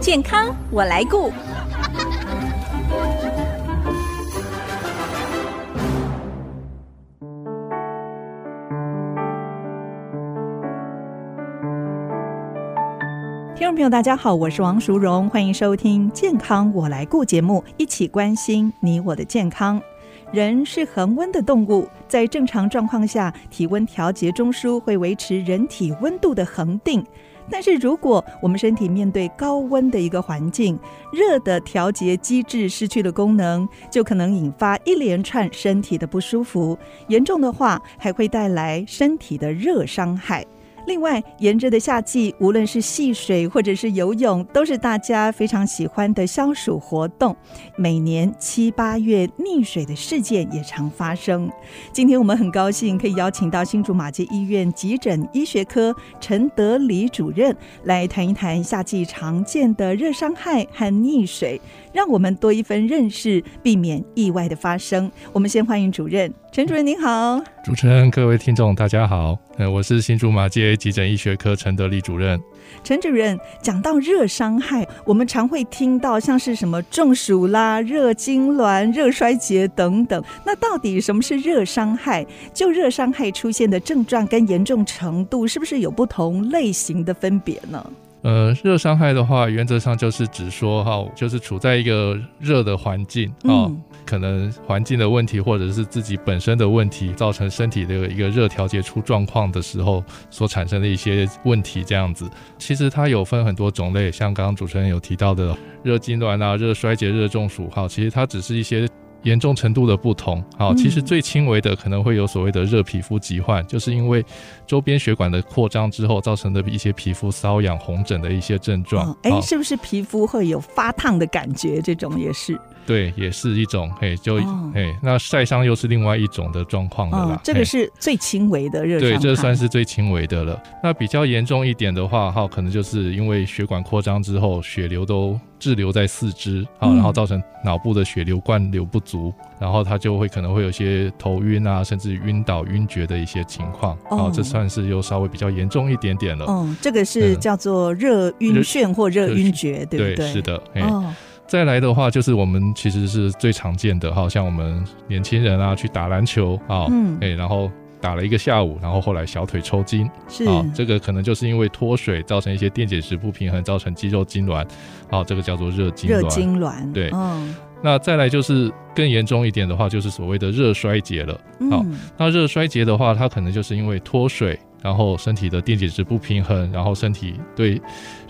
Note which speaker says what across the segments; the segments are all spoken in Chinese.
Speaker 1: 健康我来顾。听众朋友，大家好，我是王淑荣，欢迎收听《健康我来顾》节目，一起关心你我的健康。人是恒温的动物，在正常状况下，体温调节中枢会维持人体温度的恒定。但是，如果我们身体面对高温的一个环境，热的调节机制失去了功能，就可能引发一连串身体的不舒服，严重的话还会带来身体的热伤害。另外，炎热的夏季，无论是戏水或者是游泳，都是大家非常喜欢的消暑活动。每年七八月溺水的事件也常发生。今天我们很高兴可以邀请到新竹马街医院急诊医学科陈德礼主任来谈一谈夏季常见的热伤害和溺水，让我们多一分认识，避免意外的发生。我们先欢迎主任，陈主任您好。
Speaker 2: 主持人、各位听众，大家好，呃，我是新竹马街急诊医学科陈德利主任。
Speaker 1: 陈主任讲到热伤害，我们常会听到像是什么中暑啦、热痉挛、热衰竭等等。那到底什么是热伤害？就热伤害出现的症状跟严重程度，是不是有不同类型的分别呢？
Speaker 2: 呃，热伤害的话，原则上就是指说哈、就是处在一个热的环境啊、
Speaker 1: 嗯
Speaker 2: 可能环境的问题或者是自己本身的问题，造成身体的一个热调节出状况的时候所产生的一些问题，这样子。其实它有分很多种类，像刚刚主持人有提到的热痉挛啊、热衰竭、热中暑，哈，其实它只是一些。严重程度的不同，好，
Speaker 1: 嗯
Speaker 2: 其实最轻微的可能会有所谓的热皮肤疾患，就是因为周边血管的扩张之后造成的一些皮肤瘙痒、红疹的一些症状
Speaker 1: 哦。哎、
Speaker 2: 啊好
Speaker 1: 是不是皮肤会有发烫的感觉？这种也是
Speaker 2: 对，也是一种，嘿，就
Speaker 1: 哦
Speaker 2: 嘿，那晒伤又是另外一种的状况了啦。
Speaker 1: 这个
Speaker 2: 嘿
Speaker 1: 是最轻微的热伤
Speaker 2: 对，
Speaker 1: 害。
Speaker 2: 这算是最轻微的了。那比较严重一点的话，哈，可能就是因为血管扩张之后，血流都滞留在四肢，好，
Speaker 1: 嗯
Speaker 2: 然后造成脑部的血流灌流不足，然后它就会可能会有一些头晕啊，甚至晕倒、晕厥的一些情况。
Speaker 1: 哦
Speaker 2: 好，这算是又稍微比较严重一点点了。
Speaker 1: 嗯，这个是
Speaker 2: 嗯
Speaker 1: 叫做热晕眩或热
Speaker 2: 热
Speaker 1: 晕厥，对不对？
Speaker 2: 是。的，嘿
Speaker 1: 哦，
Speaker 2: 再来的话，就是我们其实是最常见的，好像我们年轻人啊去打篮球啊，
Speaker 1: 嗯
Speaker 2: 哎、然后打了一个下午，然后后来小腿抽筋
Speaker 1: 是。
Speaker 2: 啊，这个可能就是因为脱水造成一些电解质不平衡，造成肌肉痉挛，啊，这个叫做热痉
Speaker 1: 热
Speaker 2: 挛。
Speaker 1: 痉挛，
Speaker 2: 对
Speaker 1: 嗯，
Speaker 2: 那再来就是更严重一点的话，就是所谓的热衰竭了。好
Speaker 1: 嗯，
Speaker 2: 那热衰竭的话，它可能就是因为脱水，然后身体的电解质不平衡，然后身体对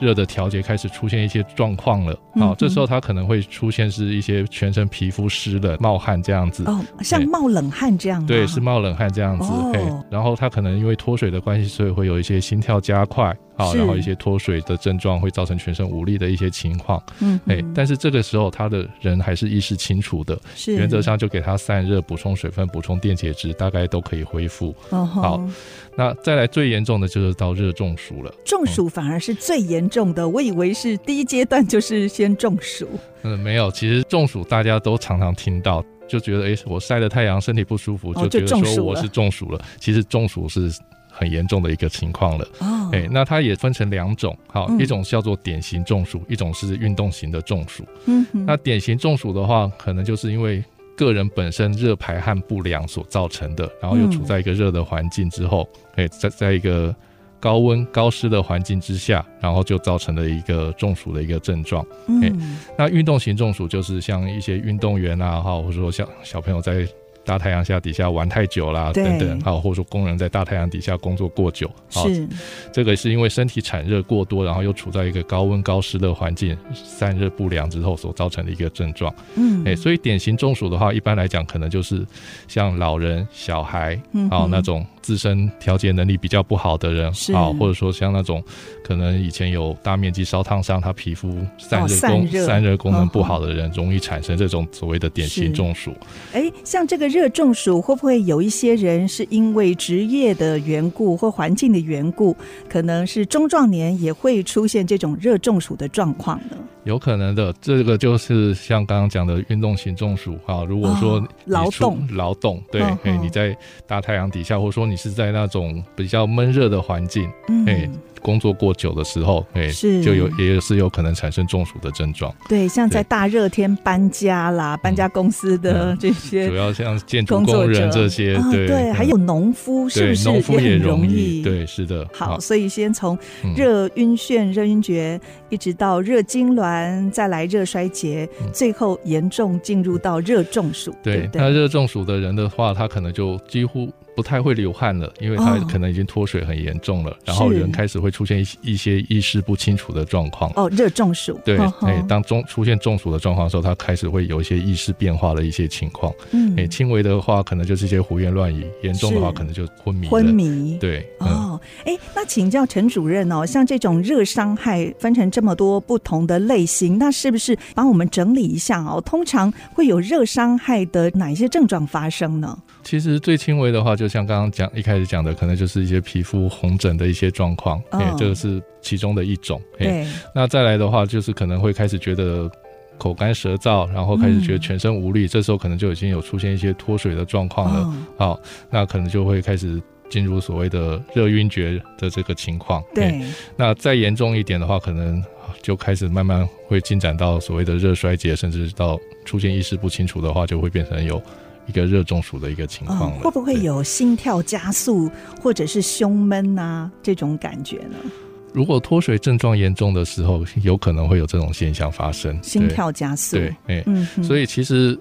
Speaker 2: 热的调节开始出现一些状况了。
Speaker 1: 嗯
Speaker 2: 好、
Speaker 1: 哼
Speaker 2: 这时候它可能会出现是一些全身皮肤湿冷、冒汗这样子。
Speaker 1: 哦，像
Speaker 2: 对
Speaker 1: 冒冷汗这样啊吗？
Speaker 2: 嗯哎对，是冒冷汗这样子，
Speaker 1: 哦
Speaker 2: 嘿，然后它可能因为脱水的关系，所以会有一些心跳加快，好、
Speaker 1: 是
Speaker 2: 然后一些脱水的症状会造成全身无力的一些情况，
Speaker 1: 嗯哼，
Speaker 2: 哎、但是这个时候他的人还是意识清楚的，
Speaker 1: 是
Speaker 2: 原则，上就给他散热、补充水分、补充电解质，大概都可以恢复。
Speaker 1: 哦吼
Speaker 2: 好那再来最严重的就是到热中暑了。
Speaker 1: 中暑反而是最严重的，我以为是第一阶段就是先中暑，
Speaker 2: 嗯，没有，其实中暑大家都常常听到，就觉得诶，我晒了太阳身体不舒服，
Speaker 1: 哦
Speaker 2: 就
Speaker 1: 就
Speaker 2: 觉得
Speaker 1: 中暑
Speaker 2: 说我
Speaker 1: 了
Speaker 2: 是中暑了。其实中暑是很严重的一个情况了。
Speaker 1: 哦，
Speaker 2: 诶，那它也分成两种，好，
Speaker 1: 嗯
Speaker 2: 一种叫做典型中暑，一种是运动型的中暑。
Speaker 1: 嗯哼，
Speaker 2: 那典型中暑的话，可能就是因为个人本身热排汗不良所造成的，然后又
Speaker 1: 嗯
Speaker 2: 处在一个热的环境之后，哎、在在一个高温高湿的环境之下，然后就造成了一个中暑的一个症状。哎
Speaker 1: 嗯，
Speaker 2: 那运动型中暑就是像一些运动员啊，哈，或者说像小朋友在。大太阳下底下玩太久啦，
Speaker 1: 对
Speaker 2: 等等，还有或者说工人在大太阳底下工作过久，好
Speaker 1: 是，
Speaker 2: 这个是因为身体产热过多，然后又处在一个高温高湿的环境，散热不良之后所造成的一个症状。
Speaker 1: 嗯，
Speaker 2: 哎、所以典型中暑的话，一般来讲可能就是像老人、小孩
Speaker 1: 嗯
Speaker 2: 啊、
Speaker 1: 哼
Speaker 2: 那种自身调节能力比较不好的人
Speaker 1: 是
Speaker 2: 啊，或者说像那种可能以前有大面积烧烫伤，他皮肤散
Speaker 1: 哦
Speaker 2: 热
Speaker 1: 散
Speaker 2: 功、
Speaker 1: 热
Speaker 2: 散热功能
Speaker 1: 嗯哼
Speaker 2: 不好的人，容易产生这种所谓的典
Speaker 1: 是
Speaker 2: 型中暑。
Speaker 1: 哎，像这个热中暑，会不会有一些人是因为职业的缘故或环境的缘故，可能是中壮年也会出现这种热中暑的状况呢？
Speaker 2: 有可能的，这个就是像刚刚讲的运动型中暑啊。如果说
Speaker 1: 哦
Speaker 2: 你
Speaker 1: 劳
Speaker 2: 出
Speaker 1: 动
Speaker 2: 劳动，对，
Speaker 1: 嗯
Speaker 2: 哎，
Speaker 1: 嗯
Speaker 2: 你在大太阳底下，或者说你是在那种比较闷热的环境，
Speaker 1: 嗯，
Speaker 2: 哎工作过久的时候，哎，
Speaker 1: 是
Speaker 2: 就有也是有可能产生中暑的症状。
Speaker 1: 对，像在
Speaker 2: 对
Speaker 1: 大热天搬家啦，搬家公司的
Speaker 2: 嗯
Speaker 1: 这些
Speaker 2: 主要像建筑
Speaker 1: 工作
Speaker 2: 工人
Speaker 1: 者
Speaker 2: 这些，
Speaker 1: 啊，
Speaker 2: 对嗯
Speaker 1: 对，还有农夫是不
Speaker 2: 对
Speaker 1: 是
Speaker 2: 农夫也
Speaker 1: 很
Speaker 2: 容
Speaker 1: 易？，
Speaker 2: 对，是的。
Speaker 1: 好，
Speaker 2: 啊，
Speaker 1: 所以先从
Speaker 2: 嗯
Speaker 1: 热晕眩、热晕厥，一直到热痉挛，再来热衰竭，
Speaker 2: 嗯
Speaker 1: 最后严重进入到热中暑，对
Speaker 2: 对
Speaker 1: 不，
Speaker 2: 那
Speaker 1: 对？
Speaker 2: 热中暑的人的话，他可能就几乎不太会流汗了，因为他
Speaker 1: 哦
Speaker 2: 可能已经脱水很严重了，然后
Speaker 1: 是
Speaker 2: 人开始会出现一些一些意识不清楚的状况。
Speaker 1: 哦，嗯热中暑，
Speaker 2: 对，
Speaker 1: 呵呵
Speaker 2: 哎，当中出现中暑的状况的时候，他开始会有一些意识变化的一些情况。
Speaker 1: 嗯
Speaker 2: 哎，轻微的话可能就是一些胡言乱语，严重的话
Speaker 1: 是
Speaker 2: 可能就昏迷了。
Speaker 1: 昏迷，
Speaker 2: 对，嗯，
Speaker 1: 哦，哎，那请教陈主任哦，像这种热伤害分成这么多不同的类型，那是不是帮我们整理一下哦？通常会有热伤害的哪一些症状发生呢？
Speaker 2: 其实最轻微的话，就像刚刚讲一开始讲的，可能就是一些皮肤红疹的一些状况，
Speaker 1: 嗯
Speaker 2: 哎，这个是其中的一种。哎，，那再来的话，就是可能会开始觉得。口干舌燥，然后开始觉得
Speaker 1: 嗯
Speaker 2: 全身无力，这时候可能就已经有出现一些脱水的状况了。
Speaker 1: 哦，
Speaker 2: 好，那可能就会开始进入所谓的热晕厥的这个情况。哎
Speaker 1: 对，嗯
Speaker 2: 那再严重一点的话，可能就开始慢慢会进展到所谓的热衰竭，甚至到出现意识不清楚的话，就会变成有一个热中暑的一个情况了。
Speaker 1: 哦会不会
Speaker 2: 对？
Speaker 1: 有心跳加速或者是胸闷啊呐、这种感觉呢？
Speaker 2: 如果脱水症状严重的时候，有可能会有这种现象发生。
Speaker 1: 心
Speaker 2: 对
Speaker 1: 跳加速，
Speaker 2: 对，哎、
Speaker 1: 嗯哼，
Speaker 2: 所以其实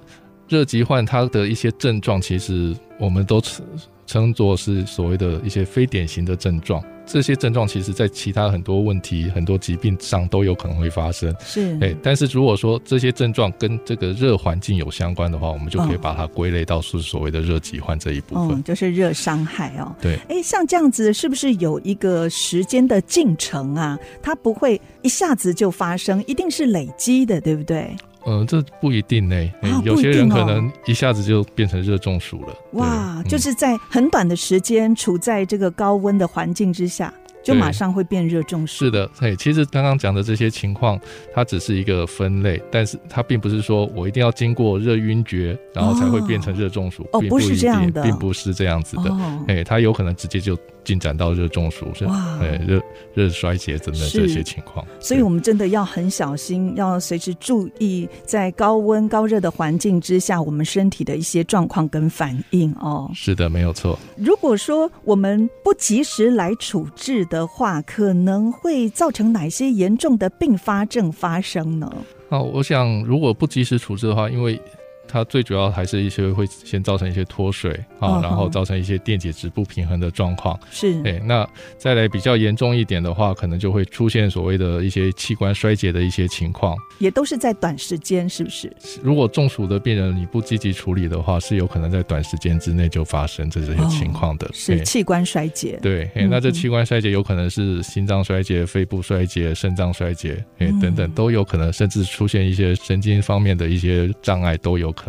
Speaker 2: 热疾患它的一些症状，其实我们都称称作是所谓的一些非典型的症状。这些症状其实在其他很多问题、很多疾病上都有可能会发生。
Speaker 1: 是，
Speaker 2: 哎，但是如果说这些症状跟这个热环境有相关的话，我们就可以
Speaker 1: 嗯
Speaker 2: 把它归类到是所谓的热疾患这一部分。
Speaker 1: 嗯，就是热伤害哦。
Speaker 2: 对，
Speaker 1: 哎，像这样子是不是有一个时间的进程啊？它不会一下子就发生，一定是累积的，对不对？
Speaker 2: 呃，这不一定呢、哎
Speaker 1: 啊
Speaker 2: 有
Speaker 1: 不一
Speaker 2: 些
Speaker 1: 定
Speaker 2: 人可
Speaker 1: 哦
Speaker 2: 能一下子就变成热中暑了。对
Speaker 1: 哇，
Speaker 2: 嗯
Speaker 1: 就是在很短的时间处在这个高温的环境之下，就
Speaker 2: 对
Speaker 1: 马上会变热中暑。
Speaker 2: 是的，嘿，其实刚刚讲的这些情况，它只是一个分类，但是它并不是说我一定要经过热晕厥，然后才会变成热中暑，
Speaker 1: 哦
Speaker 2: 并
Speaker 1: 不是
Speaker 2: 一
Speaker 1: 这样
Speaker 2: 定
Speaker 1: 的
Speaker 2: 并不是这样子的，
Speaker 1: 哦，
Speaker 2: 哎、它有可能直接就进展到热中暑，是
Speaker 1: 哇
Speaker 2: 哎热热衰竭等等
Speaker 1: 是
Speaker 2: 这些情况，
Speaker 1: 所以我们真的要很小心，要随时注意在高温高热的环境之下，我们身体的一些状况跟反应哦。
Speaker 2: 对是的，没有错，
Speaker 1: 如果说我们不及时来处置的话，可能会造成哪些严重的并发症发生呢？
Speaker 2: 那我想，如果不及时处置的话，因为它最主要还是一些会先造成一些脱水啊，
Speaker 1: 嗯哼
Speaker 2: 然后造成一些电解质不平衡的状况。
Speaker 1: 是，
Speaker 2: 对，那再来比较严重一点的话，可能就会出现所谓的一些器官衰竭的一些情况。
Speaker 1: 也都是在短时间，是不是？
Speaker 2: 如果中暑的病人你不积极处理的话，是有可能在短时间之内就发生这些情况的。
Speaker 1: 哦是
Speaker 2: 哎
Speaker 1: 器官衰竭。
Speaker 2: 对，哎、
Speaker 1: 嗯
Speaker 2: 那这
Speaker 1: 嗯
Speaker 2: 器官衰竭有可能是心脏衰竭、肺部衰竭、肾脏衰竭，哎、
Speaker 1: 嗯
Speaker 2: 等等都有可能，甚至出现一些神经方面的一些障碍都有可能。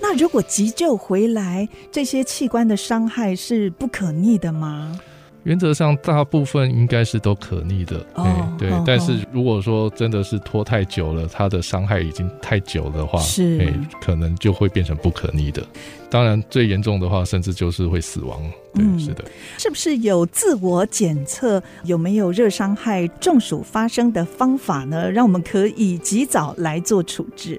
Speaker 1: 那如果急救回来，这些器官的伤害是不可逆的吗？
Speaker 2: 原则上，大部分应该是都可逆的，
Speaker 1: 哦
Speaker 2: 哎对
Speaker 1: 哦。
Speaker 2: 但是如果说真的是拖太久了，它的伤害已经太久的话，
Speaker 1: 是
Speaker 2: 哎可能就会变成不可逆的。当然，最严重的话，甚至就是会死亡。对，
Speaker 1: 嗯
Speaker 2: 是的，
Speaker 1: 是不是有自我检测有没有热伤害、中暑发生的方法呢？让我们可以及早来做处置。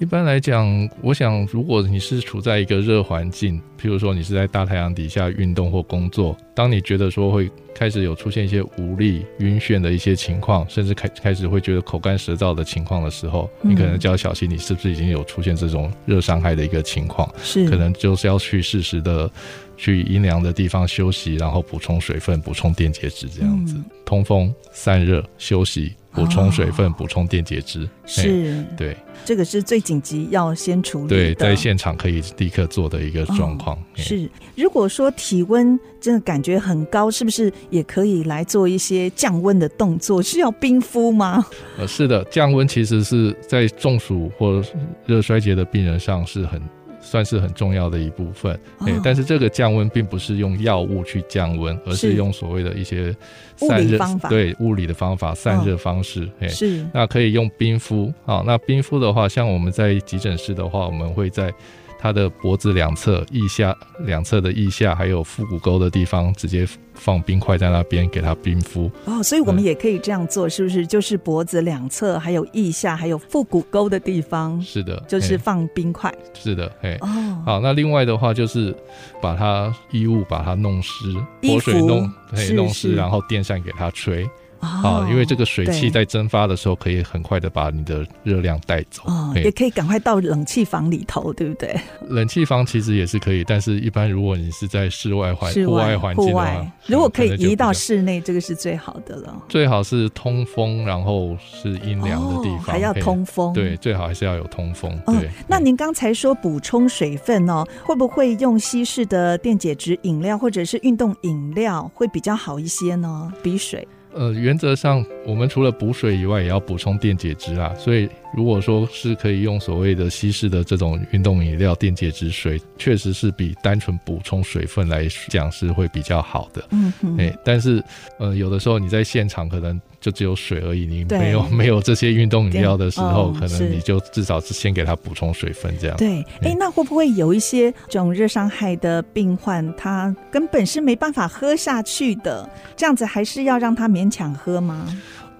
Speaker 2: 一般来讲，我想，如果你是处在一个热环境，譬如说你是在大太阳底下运动或工作，当你觉得说会开始有出现一些无力、晕眩的一些情况，甚至开开始会觉得口干舌燥的情况的时候，
Speaker 1: 嗯
Speaker 2: 你可能就要小心，你是不是已经有出现这种热伤害的一个情况？
Speaker 1: 是
Speaker 2: 可能就是要去适时的去阴凉的地方休息，然后补充水分、补充电解质，这样子、
Speaker 1: 嗯
Speaker 2: 通风、散热、休息、补充水分、
Speaker 1: 哦
Speaker 2: 补充电解质。哎
Speaker 1: 是
Speaker 2: 对。
Speaker 1: 这个是最紧急要先处理的。哦
Speaker 2: 对，在现场可以立刻做的一个状况。哎
Speaker 1: 是，如果说体温真的感觉很高，是不是也可以来做一些降温的动作？是要冰敷吗？
Speaker 2: 呃，是的，降温其实是在中暑或热衰竭的病人上是很。算是很重要的一部分，哎、
Speaker 1: 哦
Speaker 2: 但是这个降温并不是用药物去降温，而
Speaker 1: 是
Speaker 2: 是用所谓的一些
Speaker 1: 物理
Speaker 2: 散热
Speaker 1: 方法哦
Speaker 2: 对物理的方法、散热方式，哎、
Speaker 1: 是
Speaker 2: 那可以用冰敷啊。那冰敷的话，像我们在急诊室的话，我们会在它的脖子两侧、腋下两侧的腋下，还有腹股沟的地方，直接放冰块在那边给它冰敷。
Speaker 1: 哦，所以我们
Speaker 2: 嗯
Speaker 1: 也可以这样做，是不是？就是脖子两侧，还有腋下，还有腹股沟的地方，
Speaker 2: 是的，
Speaker 1: 就是
Speaker 2: 嘿
Speaker 1: 放冰块。
Speaker 2: 是的，哎。
Speaker 1: 哦，
Speaker 2: 好，那另外的话就是把它衣物把它弄湿，
Speaker 1: 衣
Speaker 2: 活水
Speaker 1: 服
Speaker 2: 弄嘿
Speaker 1: 是
Speaker 2: 弄
Speaker 1: 是
Speaker 2: 湿，然后电扇给它吹
Speaker 1: 哦
Speaker 2: 啊，因为这个水
Speaker 1: 对
Speaker 2: 汽在蒸发的时候可以很快的把你的热量带走。
Speaker 1: 哦，
Speaker 2: 嘿
Speaker 1: 也可以赶快到冷气房里头，对不对？
Speaker 2: 冷气房其实也是可以，但是一般如果你是在室外环
Speaker 1: 室
Speaker 2: 户
Speaker 1: 外、
Speaker 2: 环境
Speaker 1: 户
Speaker 2: 的
Speaker 1: 外
Speaker 2: 话，，
Speaker 1: 如果可以
Speaker 2: 能就
Speaker 1: 移
Speaker 2: 比
Speaker 1: 到
Speaker 2: 较
Speaker 1: 室内，这个是最好的了。
Speaker 2: 最好是通风，然后是阴凉的地方，
Speaker 1: 哦还要
Speaker 2: 嘿
Speaker 1: 通风。
Speaker 2: 对，。最好还是要有通风。
Speaker 1: 嗯
Speaker 2: 对，，
Speaker 1: 那
Speaker 2: 对
Speaker 1: 您刚才说补充水分哦，会不会用稀释的电解质饮料或者是运动饮料会比较好一些呢？比水
Speaker 2: 呃，原则上我们除了补水以外，也要补充电解质啊。所以如果说是可以用所谓的稀释的这种运动饮料电解质水，确实是比单纯补充水分来讲是会比较好的。
Speaker 1: 嗯哼，
Speaker 2: 哎、但是呃，有的时候你在现场可能就只有水而已，你
Speaker 1: 对
Speaker 2: 没有 没有这些运动饮料的时候，
Speaker 1: 对嗯
Speaker 2: 可
Speaker 1: 是
Speaker 2: 能你就至少是先给它补充水分这样。
Speaker 1: 对，哎、
Speaker 2: 嗯
Speaker 1: 那会不会有一些这种热伤害的病患，他根本是没办法喝下去的？这样子还是要让他勉强喝吗？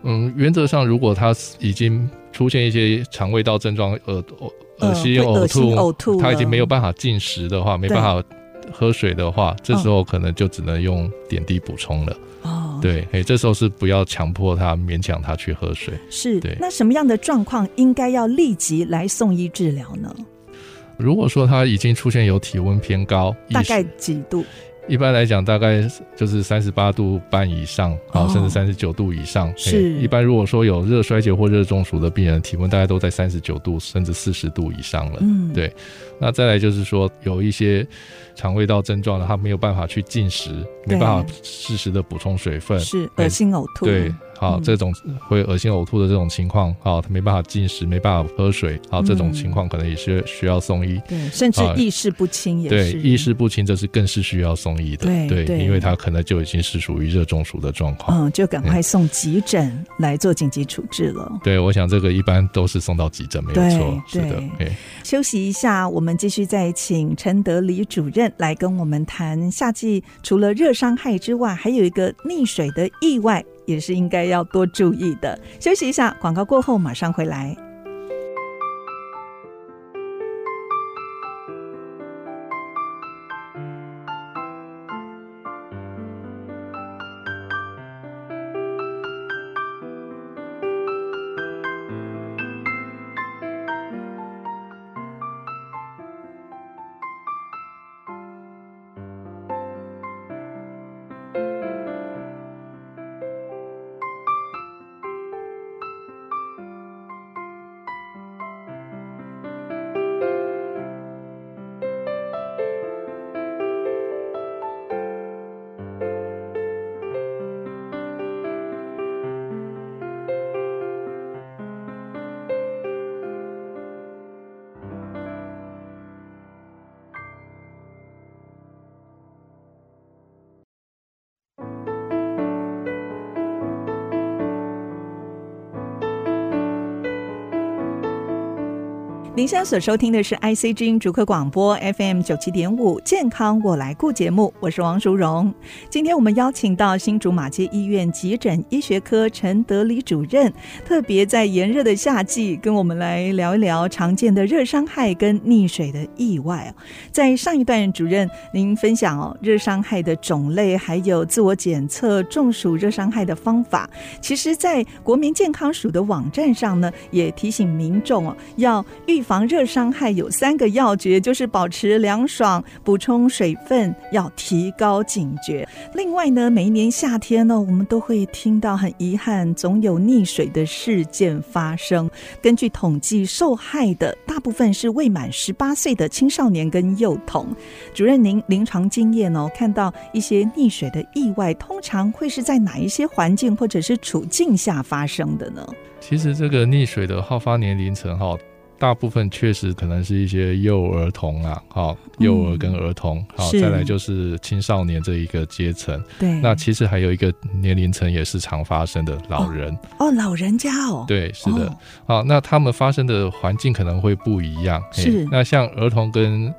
Speaker 2: 嗯，原则上如果他已经出现一些肠胃道症状，恶恶恶心、
Speaker 1: 呃会
Speaker 2: 呕
Speaker 1: 恶心
Speaker 2: 吐、
Speaker 1: 呕吐了，
Speaker 2: 他已经没有办法进食的话，没办法喝水的话，
Speaker 1: 嗯
Speaker 2: 这时候可能就只能用点滴补充了。
Speaker 1: 哦，
Speaker 2: 对，哎，这时候是不要强迫他、勉强他去喝水。
Speaker 1: 是
Speaker 2: 对。
Speaker 1: 那什么样的状况应该要立即来送医治疗呢？
Speaker 2: 如果说他已经出现有体温偏高，
Speaker 1: 大
Speaker 2: 意识
Speaker 1: 概几度？
Speaker 2: 一般来讲大概就是三十八度半以上，啊、
Speaker 1: 哦
Speaker 2: 甚至三十九度以上。嘿
Speaker 1: 是
Speaker 2: 一般如果说有热衰竭或热中暑的病人，体温大概都在三十九度甚至四十度以上了。
Speaker 1: 嗯，
Speaker 2: 呃对那再来就是说，有一些肠胃道症状的，他没有办法去进食，
Speaker 1: 对
Speaker 2: 没办法适时的补充水分，
Speaker 1: 是
Speaker 2: 哎
Speaker 1: 恶心呕吐。
Speaker 2: 对，好、
Speaker 1: 嗯
Speaker 2: 这种会恶心呕吐的这种情况，好、他没办法进食，没办法喝水，好、这种
Speaker 1: 嗯
Speaker 2: 情况可能也是需要送医。
Speaker 1: 对甚至
Speaker 2: 啊
Speaker 1: 意识不清也
Speaker 2: 对，
Speaker 1: 是
Speaker 2: 意识不清，这是更是需要送医的。
Speaker 1: 对对
Speaker 2: 因为他可能就已经是属于热中暑的状况。
Speaker 1: 嗯，就赶快送急诊来做紧急处置了。
Speaker 2: 对，我想这个一般都是送到急诊，没有
Speaker 1: 对
Speaker 2: 错。是的，
Speaker 1: 对
Speaker 2: 哎。
Speaker 1: 休息一下，我们继续再请陈德礼主任来跟我们谈夏季除了热伤害之外，还有一个溺水的意外，也是应该要多注意的。休息一下，广告过后马上回来。您现在所收听的是 IC 之音逐客广播 FM 九七点五健康我来顾节目，我是王淑荣。今天我们邀请到新竹马街医院急诊医学科陈德礼主任，特别在炎热的夏季，跟我们来聊一聊常见的热伤害跟溺水的意外哦。在上一段，主任您分享哦，热伤害的种类，还有自我检测中暑热伤害的方法。其实，在国民健康署的网站上呢，也提醒民众哦，要预防热伤害有三个要诀，就是保持凉爽、补充水分，要提高警觉。另外呢，每一年夏天呢，我们都会听到很遗憾，总有溺水的事件发生。根据统计，受害的大部分是未满十八岁的青少年跟幼童。主任，您临床经验哦，看到一些溺水的意外，通常会是在哪一些环境或者是处境下发生的呢？
Speaker 2: 其实这个溺水的好发年龄层哈，大部分确实可能是一些幼儿童啊，好、幼儿跟儿童，好、
Speaker 1: 嗯是
Speaker 2: 再来就是青少年这一个阶层。
Speaker 1: 对，
Speaker 2: 那其实还有一个年龄层也是常发生的老人，
Speaker 1: 哦，老人家哦，
Speaker 2: 对，是的，
Speaker 1: 哦
Speaker 2: 好、那他们发生的环境可能会不一样。嘿
Speaker 1: 是
Speaker 2: 那像儿童跟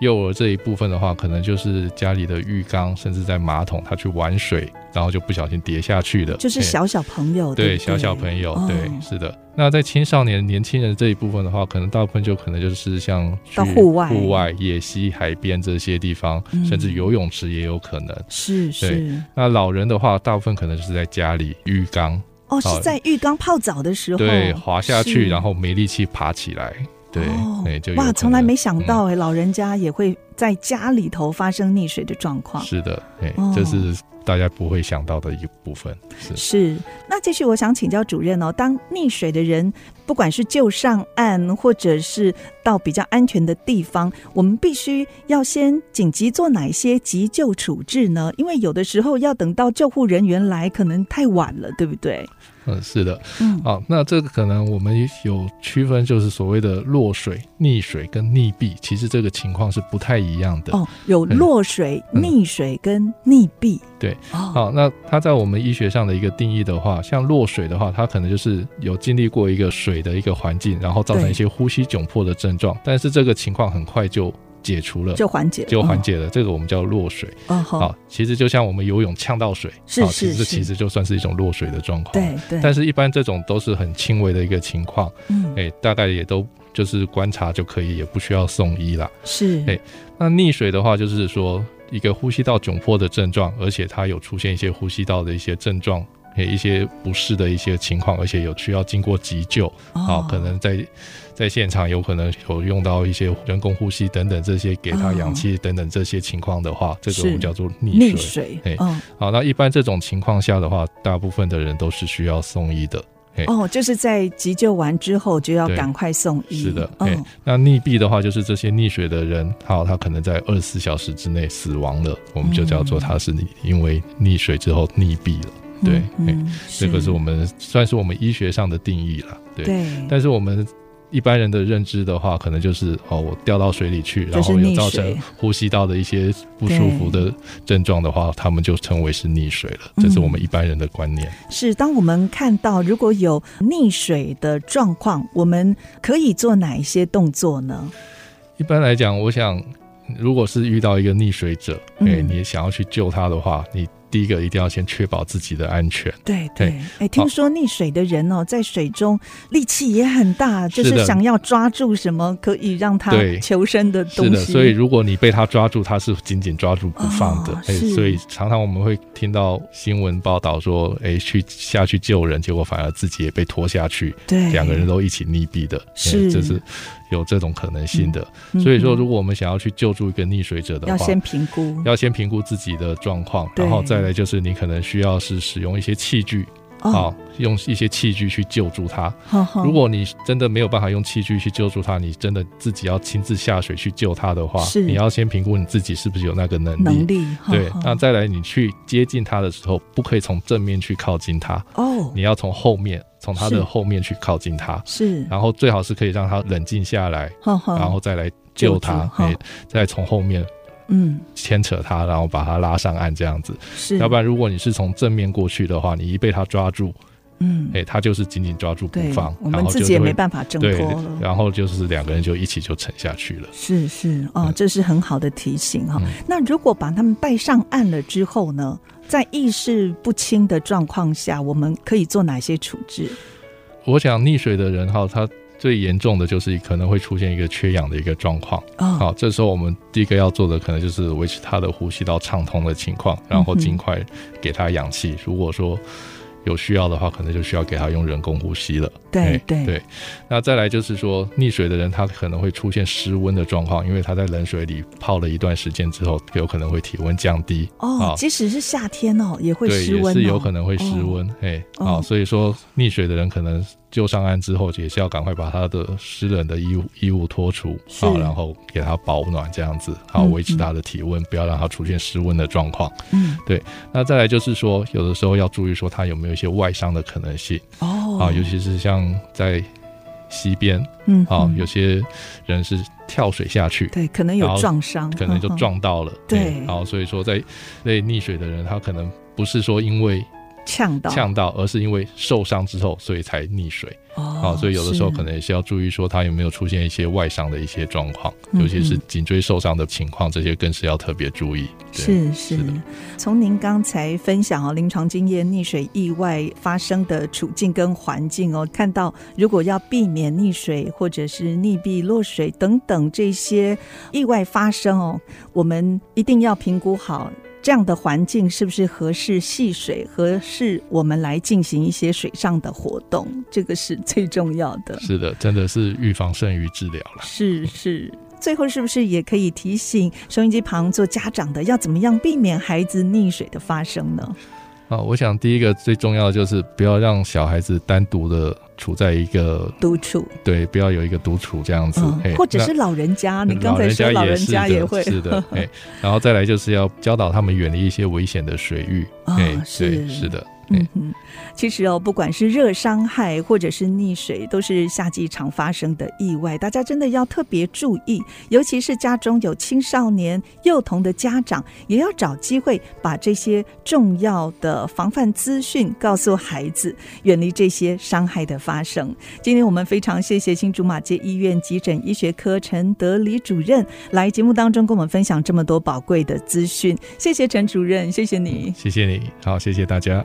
Speaker 2: 幼儿这一部分的话，可能就是家里的浴缸，甚至在马桶，他去玩水，然后就不小心跌下去了，
Speaker 1: 就是
Speaker 2: 嘿
Speaker 1: 小小朋友，
Speaker 2: 对
Speaker 1: 对不对
Speaker 2: 小小朋友，
Speaker 1: 哦
Speaker 2: 对，是的。那在青少年、年轻人这一部分的话，可能大部分就可能就是像去
Speaker 1: 到户外
Speaker 2: 户外、野溪、海边这些地方，
Speaker 1: 嗯
Speaker 2: 甚至游泳池也有可能。
Speaker 1: 是是，
Speaker 2: 那老人的话，大部分可能是在家里浴缸，
Speaker 1: 哦，是
Speaker 2: 好
Speaker 1: 在浴缸泡澡的时候，
Speaker 2: 对，滑下去，
Speaker 1: 是
Speaker 2: 然后没力气爬起来，对，
Speaker 1: 哦
Speaker 2: 哎，就有
Speaker 1: 哇，
Speaker 2: 可
Speaker 1: 从来
Speaker 2: 能
Speaker 1: 没想到哎，老人家也会在家里头发生溺水的状况。
Speaker 2: 是的，哎
Speaker 1: 哦，
Speaker 2: 这是大家不会想到的一部分，是。
Speaker 1: 是，那继续我想请教主任哦，当溺水的人，不管是救上岸，或者是到比较安全的地方，我们必须要先紧急做哪一些急救处置呢？因为有的时候要等到救护人员来，可能太晚了，对不对？
Speaker 2: 嗯，是的，
Speaker 1: 嗯，
Speaker 2: 好，那这个可能我们有区分，就是所谓的落水、溺水跟溺毙，其实这个情况是不太一样的。
Speaker 1: 哦，有
Speaker 2: 嗯
Speaker 1: 落水、
Speaker 2: 嗯
Speaker 1: 溺水跟溺毙，
Speaker 2: 对，
Speaker 1: 哦，
Speaker 2: 好，那它在我们医学上的一个定义的话，像落水的话，它可能就是有经历过一个水的一个环境，然后造成
Speaker 1: 对
Speaker 2: 一些呼吸窘迫的症状，但是这个情况很快就解除了。
Speaker 1: 就缓解了，
Speaker 2: 就缓解了，这个我们叫落水。
Speaker 1: 哦，哦吼，
Speaker 2: 好，其实就像我们游泳呛到水，
Speaker 1: 是
Speaker 2: 好
Speaker 1: 是
Speaker 2: 其实这
Speaker 1: 是
Speaker 2: 其实就算是一种落水的状况。
Speaker 1: 对对，
Speaker 2: 但
Speaker 1: 是
Speaker 2: 是一般这种都是很轻微的一个情况。
Speaker 1: 嗯，
Speaker 2: 哎、大概也都就是观察就可以，也不需要送医啦。
Speaker 1: 是，
Speaker 2: 哎那溺水的话，就是说一个呼吸道窘迫的症状，而且它有出现一些呼吸道的一些症状，也一些不适的一些情况，而且有需要经过急救啊、
Speaker 1: 哦，
Speaker 2: 可能在在现场有可能有用到一些人工呼吸等等这些给他
Speaker 1: 哦
Speaker 2: 氧气等等这些情况的话，这个我
Speaker 1: 是
Speaker 2: 们叫做溺
Speaker 1: 溺
Speaker 2: 水。
Speaker 1: 水，
Speaker 2: 哎
Speaker 1: 嗯。
Speaker 2: 好，那一般这种情况下的话，大部分的人都是需要送医的。
Speaker 1: 哦，就是在急救完之后就要
Speaker 2: 对
Speaker 1: 赶快送医。
Speaker 2: 是的，哎、
Speaker 1: 嗯，
Speaker 2: 那溺毙的话，就是这些溺水的人，好，他可能在二十四小时之内死亡了，我们就叫做他是因为溺水之后溺毙了。对，
Speaker 1: 嗯
Speaker 2: 哎、
Speaker 1: 嗯
Speaker 2: 这个是我们算是我们医学上的定义了。对，
Speaker 1: 对，
Speaker 2: 但是我们。一般人的认知的话，可能就是哦，我掉到水里去，
Speaker 1: 就是
Speaker 2: 然后
Speaker 1: 溺
Speaker 2: 有造成
Speaker 1: 水
Speaker 2: 呼吸道的一些不舒服的症状的话，他们就称为是溺水了。这是
Speaker 1: 嗯
Speaker 2: 我们一般人的观念。
Speaker 1: 是当我们看到如果有溺水的状况，我们可以做哪一些动作呢？
Speaker 2: 一般来讲，我想，如果是遇到一个溺水者，哎、
Speaker 1: 嗯
Speaker 2: 你想要去救他的话，你第一个一定要先确保自己的安全。
Speaker 1: 对对，哎，听
Speaker 2: 好
Speaker 1: 说溺水的人哦，在水中力气也很大，就是是
Speaker 2: 的
Speaker 1: 想要抓住什么可以让他
Speaker 2: 对
Speaker 1: 求生的
Speaker 2: 是
Speaker 1: 东
Speaker 2: 的，
Speaker 1: 西。
Speaker 2: 所以如果你被他抓住，他是紧紧抓住不放的。
Speaker 1: 哦
Speaker 2: 哎、
Speaker 1: 是
Speaker 2: 所以常常我们会听到新闻报道说，哎、去下去救人，结果反而自己也被拖下去，
Speaker 1: 对
Speaker 2: 两个人都一起溺毙的。哎
Speaker 1: 哎是
Speaker 2: 这是有这种可能性的。
Speaker 1: 嗯
Speaker 2: 所以
Speaker 1: 嗯
Speaker 2: 说，如果我们想要去救助一个溺水者的话，
Speaker 1: 要先评估，
Speaker 2: 要先评估自己的状况，
Speaker 1: 对
Speaker 2: 然后再来就是你可能需要是使用一些器具啊、
Speaker 1: 哦，
Speaker 2: 用一些器具去救助他。
Speaker 1: 呵呵
Speaker 2: 如果你真的没有办法用器具去救助他，你真的自己要亲自下水去救他的话
Speaker 1: 是，
Speaker 2: 你要先评估你自己是不是有那个能力。
Speaker 1: 能力呵
Speaker 2: 对
Speaker 1: 呵，
Speaker 2: 那再来你去接近他的时候，不可以从正面去靠近他，
Speaker 1: 哦
Speaker 2: 你要从后面，从他
Speaker 1: 是
Speaker 2: 的后面去靠近他，
Speaker 1: 是，
Speaker 2: 然后最好是可以让他冷静下来，
Speaker 1: 然
Speaker 2: 然
Speaker 1: 后
Speaker 2: 后再来
Speaker 1: 哦救
Speaker 2: 救
Speaker 1: 助
Speaker 2: 他，
Speaker 1: 哈
Speaker 2: 哎再从后面
Speaker 1: 嗯
Speaker 2: 牵扯他，然后把他拉上岸这样子。
Speaker 1: 是，
Speaker 2: 要不然，如果你是从正面过去的话，你一被他抓住，
Speaker 1: 嗯
Speaker 2: 哎、他就是紧紧抓住不
Speaker 1: 对
Speaker 2: 放，，
Speaker 1: 我
Speaker 2: 然
Speaker 1: 们
Speaker 2: 后
Speaker 1: 自
Speaker 2: 就
Speaker 1: 己也
Speaker 2: 会
Speaker 1: 没办法挣
Speaker 2: 对
Speaker 1: 脱了。，
Speaker 2: 然后就是两个人就一起就沉下去了。
Speaker 1: 是是哦，这是很好的提醒哈、
Speaker 2: 嗯
Speaker 1: 那如果把他们带上岸了之后呢，在意识不清的状况下，我们可以做哪些处置？
Speaker 2: 我想溺水的人哈，他最严重的就是可能会出现一个缺氧的一个状况。
Speaker 1: 哦，
Speaker 2: 好，这时候我们第一个要做的可能就是维持他的呼吸道畅通的情况，然后
Speaker 1: 嗯哼
Speaker 2: 尽快给他氧气。如果说有需要的话，可能就需要给他用人工呼吸了。
Speaker 1: 对
Speaker 2: 哎
Speaker 1: 对
Speaker 2: 对，那再来就是说，溺水的人他可能会出现失温的状况，因为他在冷水里泡了一段时间之后，有可能会体温降低，
Speaker 1: 哦
Speaker 2: 好，
Speaker 1: 即使是夏天哦，也会
Speaker 2: 对，
Speaker 1: 失温、哦，
Speaker 2: 也是有可能会失温，哎、
Speaker 1: 哦
Speaker 2: 啊、所以说溺水的人可能救上岸之后，也是要赶快把他的湿冷的衣物衣物脱除，
Speaker 1: 是
Speaker 2: 好，然后给他保暖这样子，好
Speaker 1: 嗯
Speaker 2: 维持他的体温，不要让他出现失温的状况。
Speaker 1: 嗯
Speaker 2: 那再来就是说，有的时候要注意说他有没有一些外伤的可能性
Speaker 1: 哦
Speaker 2: 啊、尤其是像在。溪边，
Speaker 1: 嗯，
Speaker 2: 好、
Speaker 1: 嗯
Speaker 2: 有些人是跳水下去，
Speaker 1: 对，可能有
Speaker 2: 然后
Speaker 1: 撞伤，
Speaker 2: 可能就
Speaker 1: 嗯。嗯
Speaker 2: 撞到了，
Speaker 1: 对
Speaker 2: 嗯好，所以说在类溺水的人，他可能不是说因为
Speaker 1: 呛到，
Speaker 2: 呛到，而是因为受伤之后，所以才溺水。
Speaker 1: 哦
Speaker 2: 啊，所以有的时候
Speaker 1: 是
Speaker 2: 可能也是要注意说他有没有出现一些外伤的一些状况，
Speaker 1: 嗯
Speaker 2: 尤其是
Speaker 1: 嗯
Speaker 2: 颈椎受伤的情况，这些更是要特别注意。对
Speaker 1: 是是
Speaker 2: 是的，
Speaker 1: 从您刚才分享哦，临床经验溺水意外发生的处境跟环境哦，看到如果要避免溺水或者是溺毙、落水等等这些意外发生哦，我们一定要评估好。这样的环境是不是合适戏水，合适我们来进行一些水上的活动？这个是最重要的。
Speaker 2: 是的，真的是预防胜于治疗了。
Speaker 1: 是是。最后，是不是也可以提醒收音机旁做家长的，要怎么样避免孩子溺水的发生呢？
Speaker 2: 啊，我想第一个最重要的就是不要让小孩子单独的处在一个
Speaker 1: 独处，
Speaker 2: 对，不要有一个独处这样子，嘿
Speaker 1: 嗯，或者
Speaker 2: 那
Speaker 1: 是老人家，你刚
Speaker 2: 老
Speaker 1: 才
Speaker 2: 人
Speaker 1: 说
Speaker 2: 家
Speaker 1: 老
Speaker 2: 也
Speaker 1: 人
Speaker 2: 是
Speaker 1: 家
Speaker 2: 的
Speaker 1: 也会，
Speaker 2: 是 的，哎，然后再来就是要教导他们远离一些危险的水域，
Speaker 1: 啊
Speaker 2: 哎，对，
Speaker 1: 是
Speaker 2: 是的，
Speaker 1: 嗯哼，其实哦，不管是热伤害或者是溺水，都是夏季常发生的意外，大家真的要特别注意。尤其是家中有青少年、幼童的家长，也要找机会把这些重要的防范资讯告诉孩子，远离这些伤害的发生。今天我们非常谢谢新竹马街医院急诊医学科陈德礼主任来节目当中跟我们分享这么多宝贵的资讯，谢谢陈主任，谢谢你。
Speaker 2: 谢谢你，好，谢谢大家。